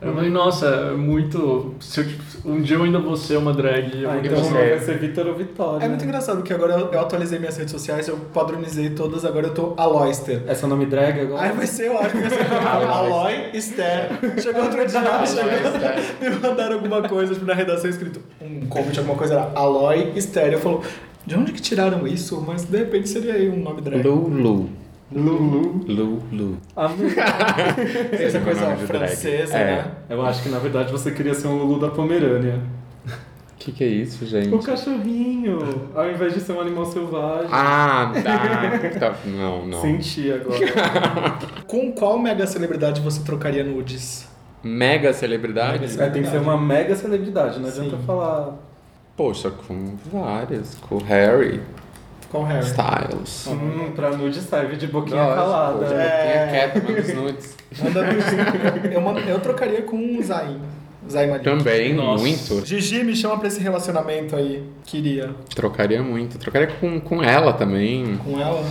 Eu falei, nossa, é muito. Se eu, um dia eu ainda vou ser uma drag. eu
Ah,
vou
então
ser.
o meu vai ser Vitor ou Vitória.
É muito engraçado que agora eu eu atualizei minhas redes sociais, eu padronizei todas, agora eu tô Aloyster.
É seu nome drag agora?
Aí vai ser, eu acho que vai ser Aloy Esther. Chegou outro dia, chegou, me mandaram alguma coisa tipo, na redação escrito um comment, alguma coisa era Aloy Esther. Eu falo, de onde que tiraram isso? Mas de repente seria aí um nome drag.
Lulu.
Lulu.
Lulu.
Amém.
Essa
Meu
coisa
nome de drag.
francesa,
É.
né?
Eu acho que na verdade você queria ser um Lulu da Pomerânia.
Que que é isso, gente?
O cachorrinho, ao invés de ser um animal selvagem.
Ah, tá. Tá, Não, não.
Senti agora.
Com qual mega celebridade você trocaria nudes?
Mega celebridade?
É, tem que ser uma mega celebridade, não adianta falar.
Poxa, com várias. Com Harry
Qual Harry?
Styles.
Hum, pra nude serve de boquinha
Lógico,
calada.
já
É.
Tinha quieta, mas os nudes.
Manda nudes. eu, mando- eu trocaria com um Zayn. Zayn Maria.
Também,
Nossa.
muito.
Gigi, me chama pra esse relacionamento aí. Queria.
Trocaria muito. Trocaria com, com ela também.
Com ela?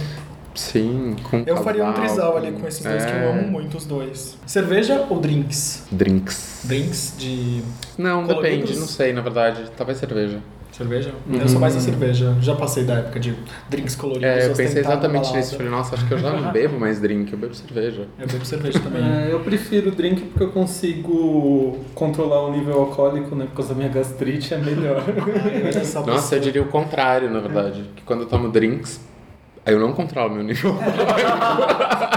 Sim, com
Eu faria um
casal,
trisal ali com esses dois, que eu
É.
amo muito os dois. Cerveja ou drinks?
Drinks.
Drinks de.
Não,
Coloridos?
depende. Não sei, na verdade. Talvez cerveja.
Cerveja? Eu sou mais da cerveja. Já passei da época de drinks coloridos.
Uhum. É, eu
ostentar
pensei
na
exatamente
balada.
nisso. Falei, nossa, acho que eu já não bebo mais drink. Eu bebo cerveja.
Eu bebo cerveja também.
É, eu prefiro drink porque eu consigo controlar o nível alcoólico, né? Por causa da minha gastrite é melhor.
Olha só
Nossa, eu diria o contrário, na verdade. Que quando eu tomo drinks, eu não controlo meu nível.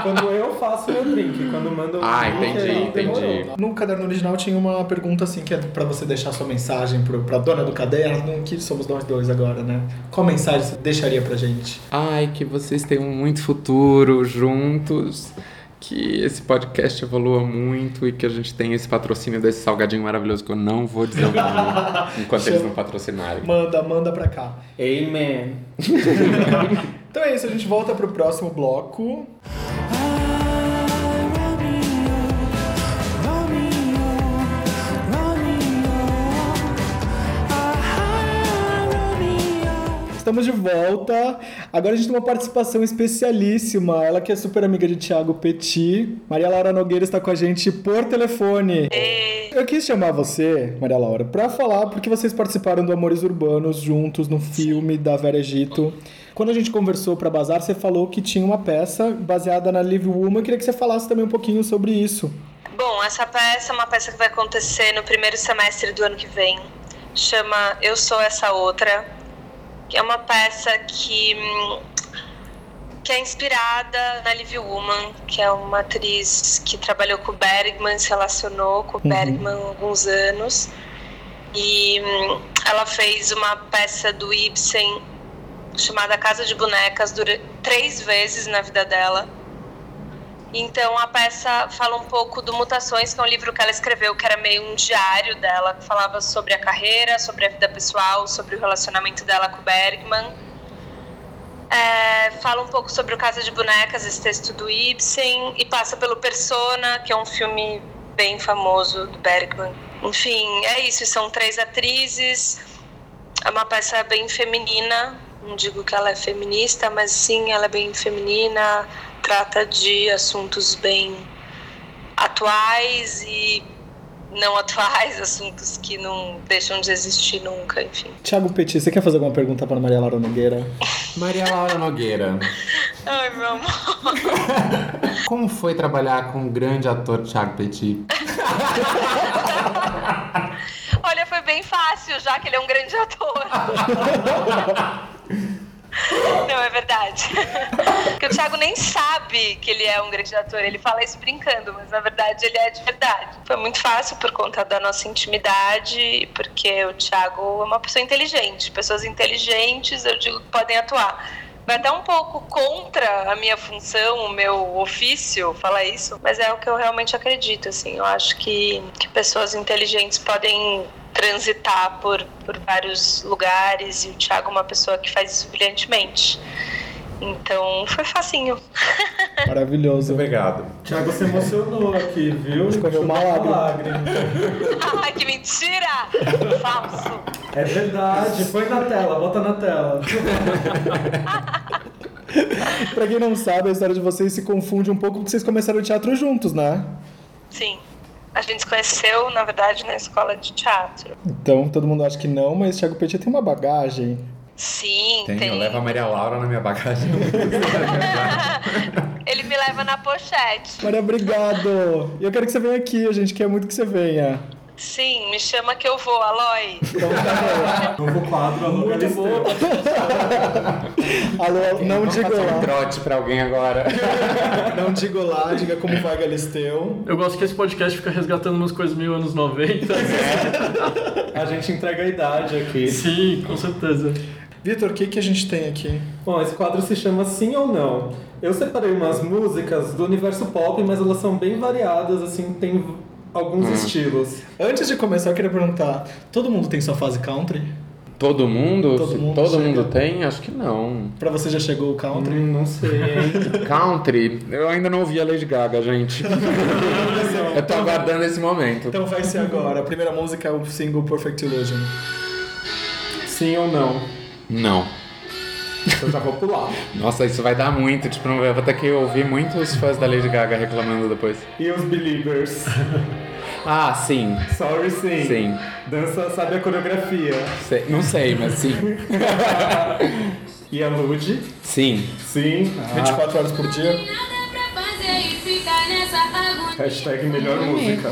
quando eu faço meu drink, quando mando
Ah,
meu drink,
entendi,
aí
entendi.
demorou.
No caderno original tinha uma pergunta assim, que é pra você deixar sua mensagem pro, pra dona do caderno, que somos nós dois agora, né? Qual mensagem você deixaria pra gente?
Ai, que vocês tenham muito futuro juntos. Que esse podcast evolua muito e que a gente tenha esse patrocínio desse salgadinho maravilhoso que eu não vou dizer o nome enquanto eles não patrocinarem.
Manda, manda pra cá.
Amen.
Então é isso, a gente volta pro próximo bloco. Estamos de volta. Agora a gente tem uma participação especialíssima. Ela que é super amiga de Thiago Petit. Maria Laura Nogueira está com a gente por telefone. Eu quis chamar você, Maria Laura, pra falar porque vocês participaram do Amores Urbanos juntos no filme da Vera Egito. Quando a gente conversou pra Bazar, você falou que tinha uma peça baseada na Live Woman. Eu queria que você falasse também um pouquinho sobre isso.
Bom, essa peça é uma peça que vai acontecer no primeiro semestre do ano que vem. Chama Eu Sou Essa Outra. Que é uma peça que, hum, que é inspirada na Liv Woman, que é uma atriz que trabalhou com o Bergman, se relacionou com o Bergman há alguns anos. E hum, ela fez uma peça do Ibsen chamada Casa de Bonecas dura três vezes na vida dela. Então a peça fala um pouco do Mutações, que é um livro que ela escreveu, que era meio um diário dela, que falava sobre a carreira, sobre a vida pessoal, sobre o relacionamento dela com o Bergman. É, fala um pouco sobre o Casa de Bonecas, esse texto do Ibsen, e passa pelo Persona, que é um filme bem famoso do Bergman. Enfim, é isso. São três atrizes. É uma peça bem feminina. Não digo que ela é feminista, mas sim, ela é bem feminina. Trata de assuntos bem atuais e não atuais, assuntos que não deixam de existir nunca, enfim.
Tiago Petit, você quer fazer alguma pergunta para Maria Laura Nogueira?
Maria Laura Nogueira,
Ai, meu amor.
como foi trabalhar com o grande ator Thiago Petit?
Olha, foi bem fácil, já que ele é um grande ator. Não, é verdade. Porque o Thiago nem sabe que ele é um grande ator. Ele fala isso brincando, mas na verdade ele é de verdade. Foi muito fácil por conta da nossa intimidade, e porque o Thiago é uma pessoa inteligente. Pessoas inteligentes, eu digo, que podem atuar. Vai até um pouco contra a minha função, o meu ofício, falar isso, mas é o que eu realmente acredito, assim. Eu acho que, que pessoas inteligentes podem transitar por, por vários lugares e o Thiago é uma pessoa que faz isso brilhantemente. Então, foi facinho.
Maravilhoso.
Obrigado.
Thiago se emocionou aqui, viu?
Escorreu uma
Chegou
lágrima.
Ai, que mentira! Falso!
É verdade, põe na tela, bota na tela.
Pra quem não sabe, a história de vocês se confunde um pouco porque vocês começaram o teatro juntos, né?
Sim. A gente se conheceu, na verdade, na escola de teatro.
Então, todo mundo acha que não, mas Thiago Petit tem uma bagagem.
Sim,
Tenho,
tem.
eu levo a Maria Laura na minha bagagem.
Ele me leva na pochete.
Maria, obrigado! E eu quero que você venha aqui, a gente quer muito que você venha.
Sim, me chama que eu vou, Aloy.
Novo quadro, Alô Galisteu.
Alô, não
Vamos
digo
fazer um
lá.
trote pra alguém agora.
Não digo lá, diga como vai Galisteu.
Eu gosto que esse podcast fica resgatando umas coisas meio anos assim. 90.
A gente entrega a idade aqui.
Sim, com certeza.
Vitor, o que, que a gente tem aqui?
Bom, esse quadro se chama Sim ou Não. Eu separei umas músicas do universo pop, mas elas são bem variadas, assim, tem alguns
Hum.
estilos.
Antes de começar, eu queria perguntar: todo mundo tem sua fase country?
Todo mundo?
Todo
Se
mundo
todo
chega.
mundo tem? Acho que não.
Pra você já chegou o country?
Hum, não sei, hein?
Country? Eu ainda não ouvi a Lady Gaga, gente. eu tô aguardando esse momento.
Então vai ser agora. A primeira música é o single Perfect Illusion.
Sim ou não?
Não.
Eu já vou pular.
Nossa, isso vai dar muito. Tipo, não- eu vou ter que ouvir muitos fãs da Lady Gaga reclamando depois.
E os Believers?
Ah, sim.
Sorry, sim.
Sim.
Dança, sabe a coreografia.
Sei- Não sei, mas sim.
E a Lud?
Sim.
Sim.
Ah.
24 horas por dia.
Hashtag melhor música.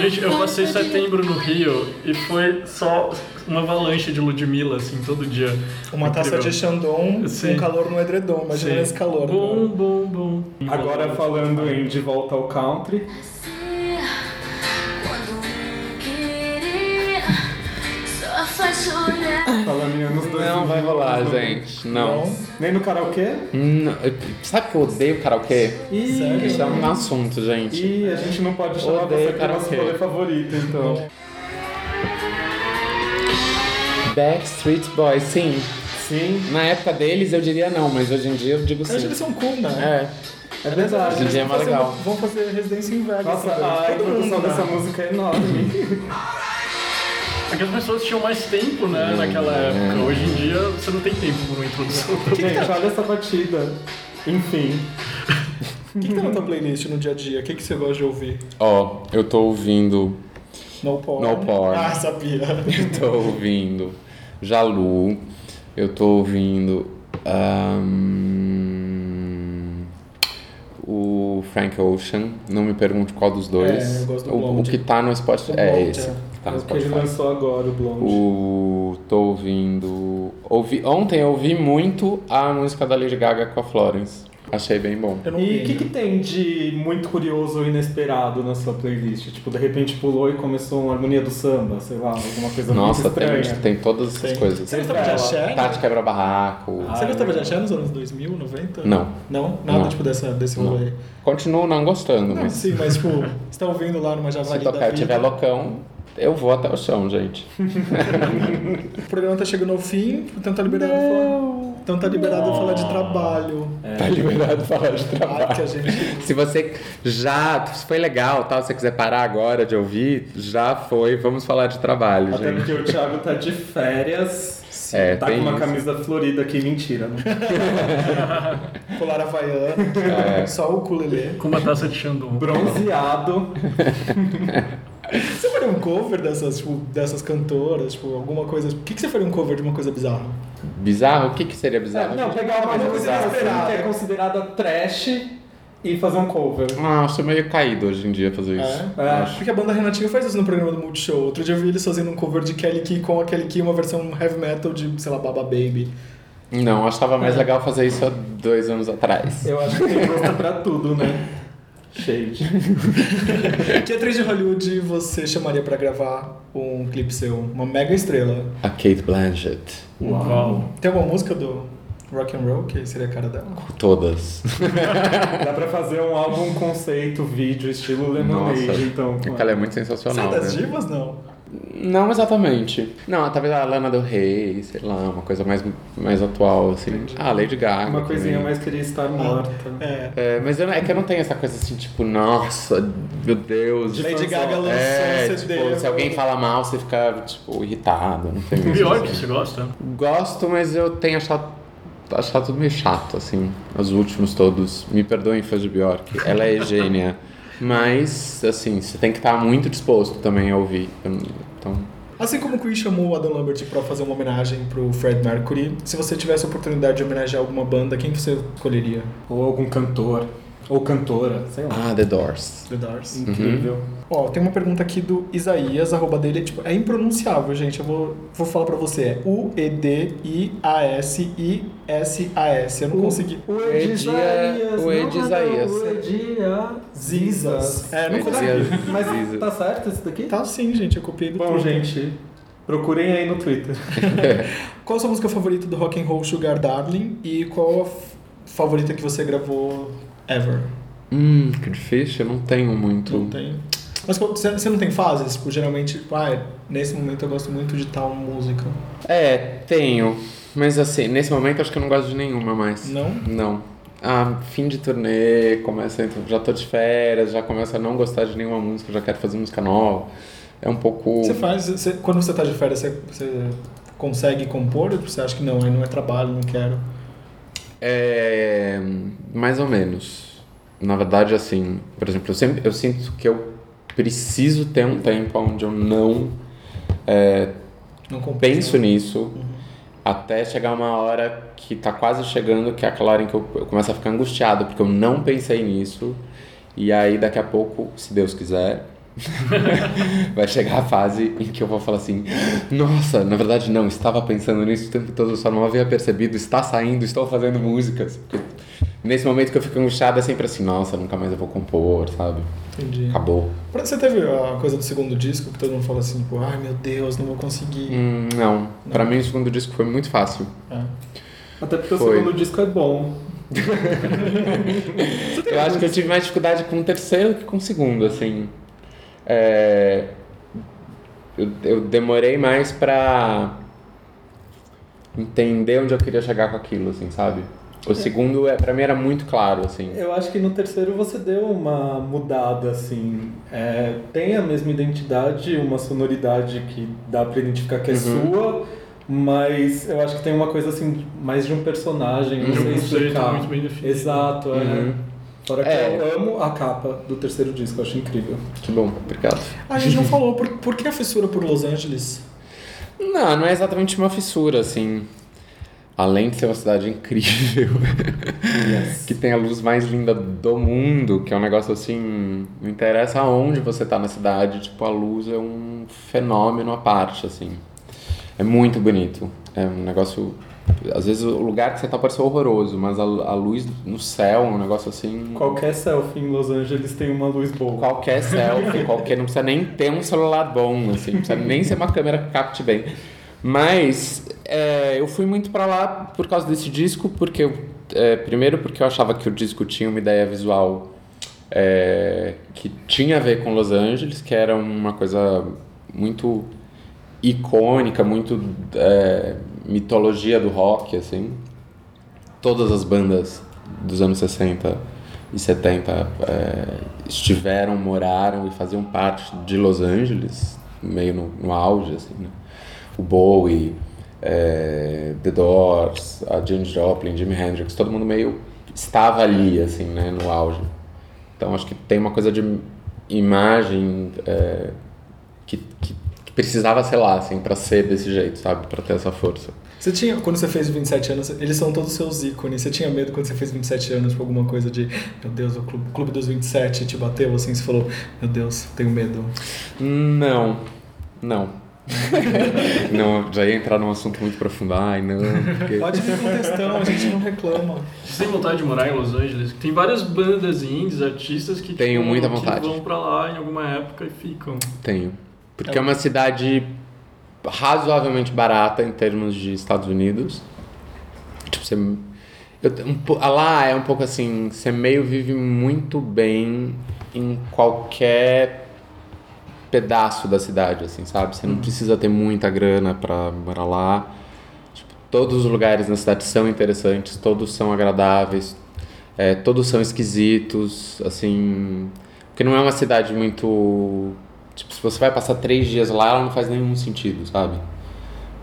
Gente, eu passei setembro no Rio e foi só uma avalanche de Ludmilla, assim, todo dia.
Uma taça de Chandon,
Sim.
um calor no edredom. Imagina
Sim.
esse calor.
Bom, bom, bom.
Agora falando em De Volta ao Country. Falando em anos 2000.
Não vai rolar, gente. Não.
Nem no karaokê?
Não. Sabe que eu odeio karaokê?
Ih,
Isso é um assunto, gente.
Ih, a gente não pode chamar
Odeio
você pro nosso
karaokê.
rolê favorito, então.
Backstreet Boys, sim.
Sim,
Na época deles eu diria não, mas hoje em dia eu digo
Eu acho que
sim.
eles são cool, né?
É.
é verdade.
Hoje em dia é mais legal.
Vamos fazer residência em Vegas.
Nossa,
também.
a
Todo mundo,
introdução
né?
dessa música é enorme.
É que as pessoas tinham mais tempo, né, naquela época. Hoje em dia você não tem tempo pra uma introdução.
Gente, olha essa batida. Enfim.
O que, que tá na tua playlist no dia a dia? O que, que você gosta de ouvir?
Ó, eu tô ouvindo.
No porn.
No porn.
Ah, sabia.
Eu tô ouvindo Jalu. Eu tô ouvindo. ahn, o Frank Ocean. Não me pergunte qual dos dois.
É, eu gosto do
o, o
Blonde.
que tá no Spotify.
O
É
Blonde,
esse.
é.
que tá no
O que ele
Spotify.
lançou agora, o Blonde.
O. Tô ouvindo. Ouvi, ontem eu ouvi muito a música da Lady Gaga com a Florence. Achei bem bom.
Eu não
E
vi.
o que, que tem de muito curioso ou inesperado na sua playlist? Tipo, de repente pulou e começou uma harmonia do samba, sei lá, alguma coisa
Nossa,
muito estranha.
tem, tem todas essas
Tem.
coisas.
Você gostava de axé?
Tati quebra barraco.
Você gostava de axé nos anos 2000, 90?
Não.
Não? Nada
Não.
tipo dessa, desse
Não.
rolê.
Continuo não gostando,
Não,
mas
sim, mas tipo, você tá ouvindo lá numa
se
javali da
tocar e
vida.
tiver loucão, Eu vou até o chão, gente.
O programa tá chegando ao fim, então tá liberado falar. Então tá liberado falar de trabalho.
Tá liberado falar de trabalho.
É. Ai, que a gente-
Se você já se foi legal, tal, se você quiser parar agora de ouvir, já foi. Vamos falar de trabalho,
Até
gente.
porque o Thiago tá de férias.
É,
tá com
tem
uma
isso.
camisa florida aqui, mentira. Né?
Colar havaiana, é
É.
só o ukulele.
Com uma taça de Xandão.
Bronzeado.
Você faria um cover dessas, tipo, dessas cantoras, tipo, alguma coisa. Por que, que você faria um cover de uma coisa bizarra?
Bizarro? O que, que seria
É,
bizarro?
Não, pegar uma música assim, que é considerada trash e fazer um cover.
Ah, acho meio caído hoje em dia fazer isso.
É.
Acho.
Porque a banda Renatinho faz isso no programa do Multishow. Outro dia eu vi eles fazendo um cover de Kelly Key com a Kelly Key, uma versão heavy metal de, sei lá, Baba Baby.
Não, acho que tava mais legal fazer isso há dois anos atrás.
Eu acho que tem gosto pra tudo, né? Shade.
Que atriz de Hollywood você chamaria pra gravar um clipe seu? Uma mega estrela.
A Kate Blanchett.
Uau.
Tem alguma música do rock and roll que seria a cara dela?
Todas.
Dá pra fazer um álbum conceito, vídeo, estilo Lemonade,
Nossa,
então. com
ela é
ela.
muito
Você é
sensacional.
das
né?
divas? Não.
Não exatamente. Não, ah, talvez a Lana Del Rey, sei lá, uma coisa mais, mais atual, assim. Ah, Lady Gaga.
Uma coisinha
também.
mais queria
Ah.
estar morta.
É.
É, mas eu não- é que eu não tenho essa coisa assim, tipo, nossa, meu Deus.
De
Lady
fãzão.
Gaga lançou
É,
um CD.
tipo, se alguém fala mal, você fica, tipo, irritado. Não tem isso,
Pior que
assim.
você gosta?
Gosto, mas eu tenho achado, achado tudo meio chato, assim. Os últimos todos. Me perdoem, fãs de Bjork. Ela é gênia. Mas, assim, você tem que estar muito disposto também a ouvir. Então,
Assim como o Queen chamou o Adam Lambert pra fazer uma homenagem pro Fred Mercury, se você tivesse a oportunidade de homenagear alguma banda, quem você escolheria?
Ou algum cantor. Ou cantora, sei lá.
ah, The Doors.
The Doors.
Uhum.
Incrível.
Hum. Ó, tem uma pergunta aqui do Isaías, a arroba dele é, tipo, é impronunciável, gente. Eu vou, vou falar pra você. É U-E-D-I-A-S-I-S-A-S. Eu não consegui.
O
Ed Isaías,
O Ed
não,
Isaías.
não, o
Zizas. É, não
Ed
consegui.
Isaías.
Mas
Zizas.
tá certo esse daqui?
Tá sim, gente. Eu copiei do
Bom,
Twitter.
gente, procurem aí no Twitter.
Qual a sua música favorita do Rock and Roll Sugar Darling? E qual a f- favorita que você gravou ever?
Hum, que difícil. Eu não tenho muito.
Não tem. Mas qual- você você não tem fases? Tipo, geralmente, tipo, ah, é- nesse momento eu gosto muito de tal música.
É, tenho. Mas assim, nesse momento acho que eu não gosto de nenhuma mais.
Não?
Não. Ah, fim de turnê, começa, então, já tô de férias, já começo a não gostar de nenhuma música, já quero fazer música nova. É um pouco.
Você faz, você- quando você tá de férias, você, você consegue compor? Ou você acha que não, aí não é trabalho, não quero?
É. Mais ou menos. Na verdade, assim, por exemplo, eu, sempre, eu sinto que eu preciso ter um tempo onde eu não é,
Não compor.
penso nisso até chegar uma hora que tá quase chegando, que é aquela hora em que eu, eu começo a ficar angustiado, porque eu não pensei nisso. E aí daqui a pouco, se Deus quiser, vai chegar a fase em que eu vou falar assim: "Nossa, na verdade não, estava pensando nisso o tempo todo, eu só não havia percebido, está saindo, estou fazendo músicas". Porque Nesse momento que eu fico angustiado é sempre assim: "Nossa, nunca mais eu vou compor", sabe?
Entendi.
Acabou.
Você teve a coisa do segundo disco, que todo mundo fala assim, tipo, ai meu Deus, não vou conseguir.
Hum, não. Pra mim o segundo disco foi muito fácil.
É.
Até porque o
Foi.
segundo disco é bom.
Eu acho que eu tive mais dificuldade com o terceiro que com o segundo, assim. É, Eu, eu demorei mais pra entender onde eu queria chegar com aquilo, assim, sabe? O segundo, é, pra mim, era muito claro, assim.
Eu acho que no terceiro você deu uma mudada, assim. É, tem a mesma identidade, uma sonoridade que dá pra identificar que é
Uhum.
sua, mas eu acho que tem uma coisa, assim, mais de um personagem, não
De um
sei
conceito
explicar.
muito bem definido.
Exato,
Uhum.
é. Fora que
É.
eu amo a capa do terceiro disco, eu acho incrível.
Que bom, obrigado.
A gente não falou, por, por que a fissura por Los Angeles?
Não, não é exatamente uma fissura, assim. Além de ser uma cidade incrível, que tem a luz mais linda do mundo, que é um negócio assim. Não interessa aonde você tá na cidade, tipo, a luz é um fenômeno à parte, assim. É muito bonito. É um negócio. Às vezes o lugar que você tá parece horroroso, mas a, a luz no céu é um negócio assim.
Qualquer selfie em Los Angeles tem uma luz boa.
Qualquer selfie, qualquer. Não precisa nem ter um celular bom, assim. Não precisa nem ser uma câmera que capte bem. Mas é, eu fui muito pra lá por causa desse disco, porque. eu- é, primeiro, porque eu achava que o disco tinha uma ideia visual é, que tinha a ver com Los Angeles, que era uma coisa muito icônica, muito é, mitologia do rock, assim. Todas as bandas dos anos 60 e 70 é, estiveram, moraram e faziam parte de Los Angeles, meio no, no auge, assim, né? O Bowie, é, The Doors, a James Joplin, Jimi Hendrix, todo mundo meio estava ali, assim, né, no auge. Então acho que tem uma coisa de imagem é, que, que, que precisava ser lá, assim, para ser desse jeito, sabe, para ter essa força.
Você tinha, quando você fez 27 anos, eles são todos seus ícones. Você tinha medo quando você fez 27 anos por alguma coisa de, meu Deus, o clube, clube dos 27 te bateu assim, você falou, meu Deus, tenho medo.
Não, não. não, já ia entrar num assunto muito profundo. Ai, não. porque-
Pode vir com textão, a gente não reclama.
Vocês têm vontade de morar em Los Angeles? Tem várias bandas indies, artistas que,
Tenho
tipo,
muita
que
vontade.
vão pra lá em alguma época e ficam.
Tenho. Porque é uma cidade razoavelmente barata em termos de Estados Unidos. Tipo, você. Eu, um, po- lá é um pouco assim, você meio vive muito bem em qualquer pedaço da cidade, assim, sabe? Você não precisa ter muita grana pra morar lá. Tipo, todos os lugares na cidade são interessantes, todos são agradáveis, é, todos são esquisitos, assim. Porque não é uma cidade muito. Tipo, se você vai passar três dias lá, ela não faz nenhum sentido, sabe?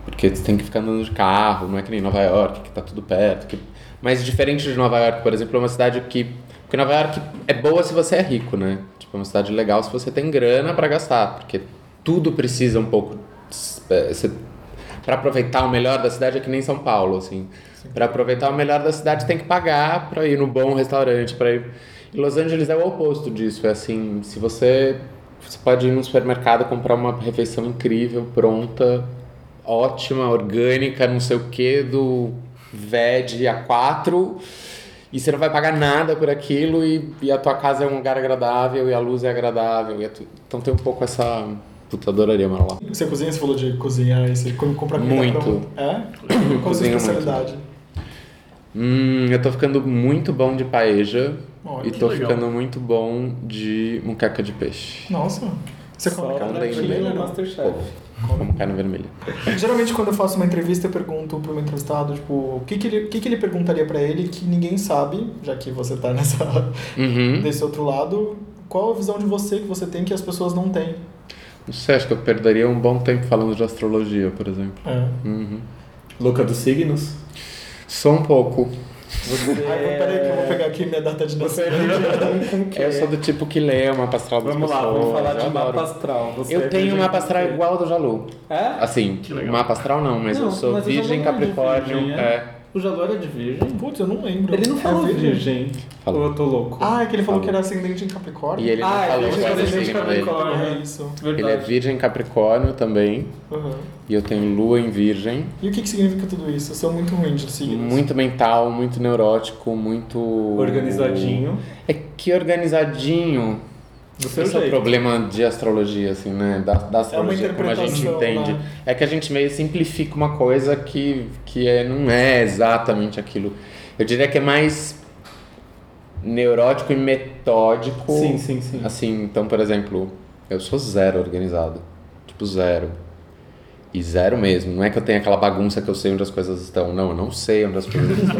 Porque você tem que ficar andando de carro, não é que nem Nova York, que tá tudo perto. Que... Mas diferente de Nova York, por exemplo, é uma cidade que. Porque Nova York é boa se você é rico, né? Tipo, é uma cidade legal se você tem grana pra gastar, porque tudo precisa um pouco. eh, Você... Pra aproveitar o melhor da cidade é que nem São Paulo, assim. Pra aproveitar o melhor da cidade tem que pagar pra ir no bom restaurante, pra ir. E Los Angeles é o oposto disso. É assim, se você. Você pode ir num supermercado comprar uma refeição incrível, pronta, ótima, orgânica, não sei o que, do VED A4. E você não vai pagar nada por aquilo e, e a tua casa é um lugar agradável e a luz é agradável. e é tu- Então tem um pouco essa... Puta, adoraria morar lá.
Você cozinha, você falou de cozinhar, e você come- compra comida
Muito.
pronta. É? Qual a sua
Cozinho
especialidade?
Hum, eu tô ficando muito bom de paeja
Olha,
e
que
tô
legal.
ficando muito bom de muqueca de peixe.
Nossa. Você come
Só
carne
lembro
vermelha,
dele.
não?
Masterchef.
Como carne vermelha.
Geralmente quando eu faço uma entrevista eu pergunto pro meu entrevistado, tipo, o que que ele, o que que ele perguntaria pra ele que ninguém sabe, já que você tá nessa,
Uhum.
desse outro lado, qual a visão de você que você tem que as pessoas não têm?
Não sei, acho que eu perderia um bom tempo falando de astrologia, por exemplo.
É.
Uhum.
Louca dos signos?
Só um pouco.
Você
Ai, vou- peraí que Ah, eu vou pegar aqui minha data de
É. Você é
nascimento.
virgem com o quê?
Eu sou do tipo que lê uma pastral das
Vamos lá,
pessoas.
vamos falar
eu
de
adoro.
mapa astral. Você é
Eu tenho
virgem
uma
com o
pastral
quê?
igual ao do Jalu.
É?
Assim,
Que legal.
mapa astral não, mas
Não,
eu sou
mas o Jalu
virgem,
não é de
capricórnio.
virgem, é?
é.
O Jalu era de virgem?
Putz, eu não lembro.
Ele não
É
falou
virgem?
virgem.
Falou.
Ou eu tô louco?
Ah, é que ele falou
Falou.
que era ascendente em Capricórnio?
E ele não
Ah,
falou
ele é
qual é o
ascendente
signo dele.
Capricórnio.
É isso.
Ele é
Verdade.
virgem capricórnio também.
Uhum.
E eu tenho lua em virgem.
E o que, que significa tudo isso? Eu sou muito ruim de signos.
Muito mental, muito neurótico, muito...
Organizadinho.
É que organizadinho...
Do seu
Esse é o
jeito. É
problema de astrologia, assim, né? Da, da astrologia, como a gente
interpretação,
entende.
né?
É que a gente meio simplifica uma coisa que, que é, não é exatamente aquilo. Eu diria que é mais neurótico e metódico.
Sim, sim, sim.
Assim, então, por exemplo, eu sou zero organizado. Tipo, zero. E zero mesmo. Não é que eu tenha aquela bagunça que eu sei onde as coisas estão. Não, eu não sei onde as coisas estão.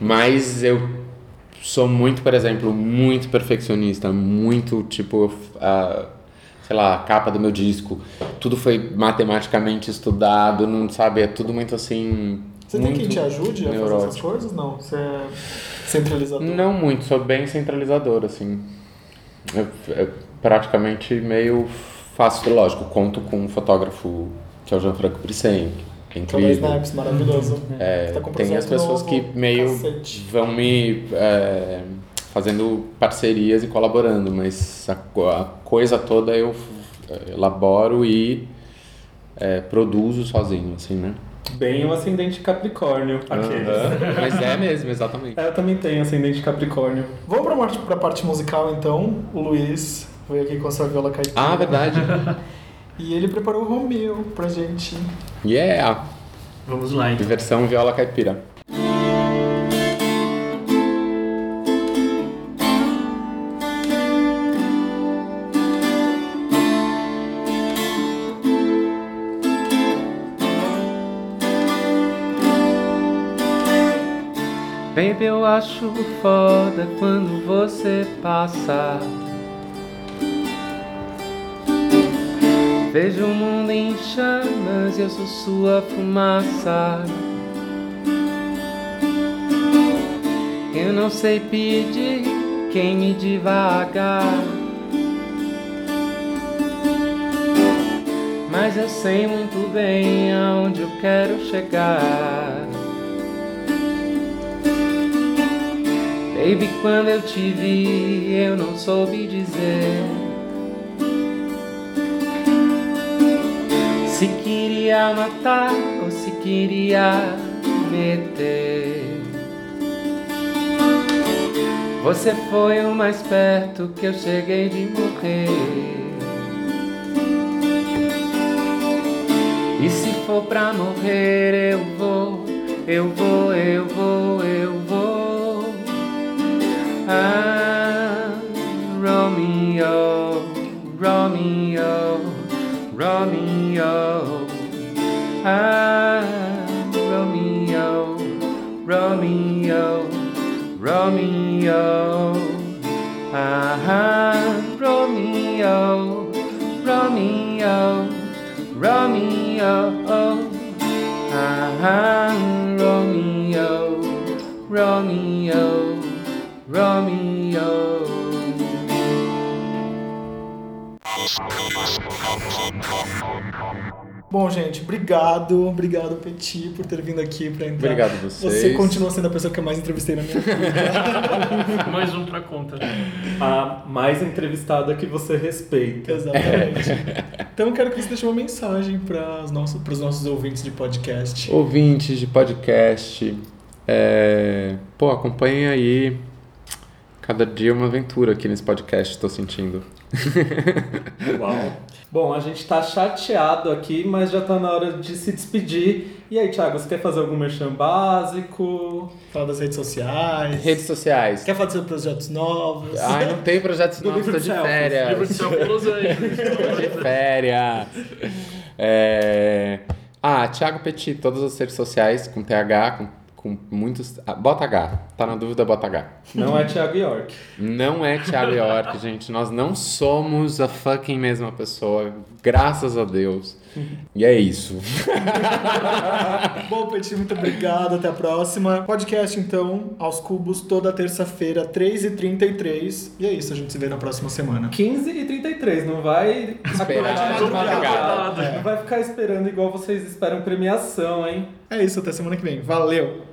Mas eu sou muito, por exemplo, muito perfeccionista. Muito, tipo, a, sei lá, a capa do meu disco. Tudo foi matematicamente estudado, não sabe? É tudo muito assim.
Você tem
muito
quem te ajude a fazer essas
neurótico.
coisas? Não? Você é centralizador?
Não muito, sou bem centralizador, assim. Eu, eu praticamente meio faço, lógico, conto com um fotógrafo que é o Jean-Franco Brissen, que é
Trabalho
incrível.
Snaps, maravilhoso.
É,
né, Tá com um
tem as
projeto
pessoas
novo,
que meio
cacete.
vão me é, fazendo parcerias e colaborando, mas a, co- a coisa toda eu f- elaboro e é, produzo sozinho, assim, né?
Bem o ascendente Capricórnio. Aqueles.
Aham. Mas é mesmo, exatamente.
É, Eu também tenho ascendente Capricórnio.
Vamos pra, parte- pra parte musical então. O Luiz veio aqui com a sua viola caipira.
Ah, verdade.
E ele preparou o Romeu pra gente.
Yeah!
Vamos lá, então.
é Versão viola caipira.
Baby, eu acho foda quando você passa. Vejo o mundo em chamas e eu sou sua fumaça. Eu não sei pedir quem me devagar. Mas eu sei muito bem aonde eu quero chegar. Baby, quando eu te vi, eu não soube dizer se queria matar ou se queria meter. Você foi o mais perto que eu cheguei de morrer. E se for pra morrer, eu vou, eu vou, eu vou, eu vou. Ah, Romeo, Romeo, Romeo. Ah, Romeo, Romeo, Romeo. Ah, Romeo, Romeo, Romeo. Ah, Romeo, Romeo, Romeo.
Bom, gente, obrigado, obrigado Petit por ter vindo aqui pra entrar.
Obrigado vocês.
Você continua sendo a pessoa que eu mais entrevistei na minha vida.
Mais um pra conta.
A mais entrevistada que você respeita.
Exatamente. Então eu quero que você deixe uma mensagem para os nossos, pros nossos ouvintes de podcast.
Ouvintes de podcast, é, pô, acompanhem aí. Cada dia é uma aventura aqui nesse podcast, tô sentindo.
Uau. Bom, a gente tá chateado aqui, mas já tá na hora de se despedir. E aí, Thiago, você quer fazer algum merchan básico?
Falar das redes sociais.
Redes sociais.
Quer falar dos seus projetos novos?
Ai, não tem projetos
Do
novos,
livro de
tô de
selfies.
férias.
Livro de selfie Los Angeles.
de férias. É... Ah, Thiago Petit, todas as redes sociais, com TH, com, com muitos. ah, bota H. Tá na dúvida, bota H.
Não é Thiago York.
Não é Thiago York, gente. Nós não somos a fucking mesma pessoa. Graças a Deus. E é isso.
Bom, Petit, muito obrigado. Até a próxima. Podcast, então, aos cubos, toda terça-feira, 3h33. E é isso, a gente se vê na próxima semana.
15 e 33, não vai acordar
Esperar de
de
madrugada.
madrugada. Não vai ficar esperando igual vocês esperam premiação, hein?
É isso, até semana que vem. Valeu!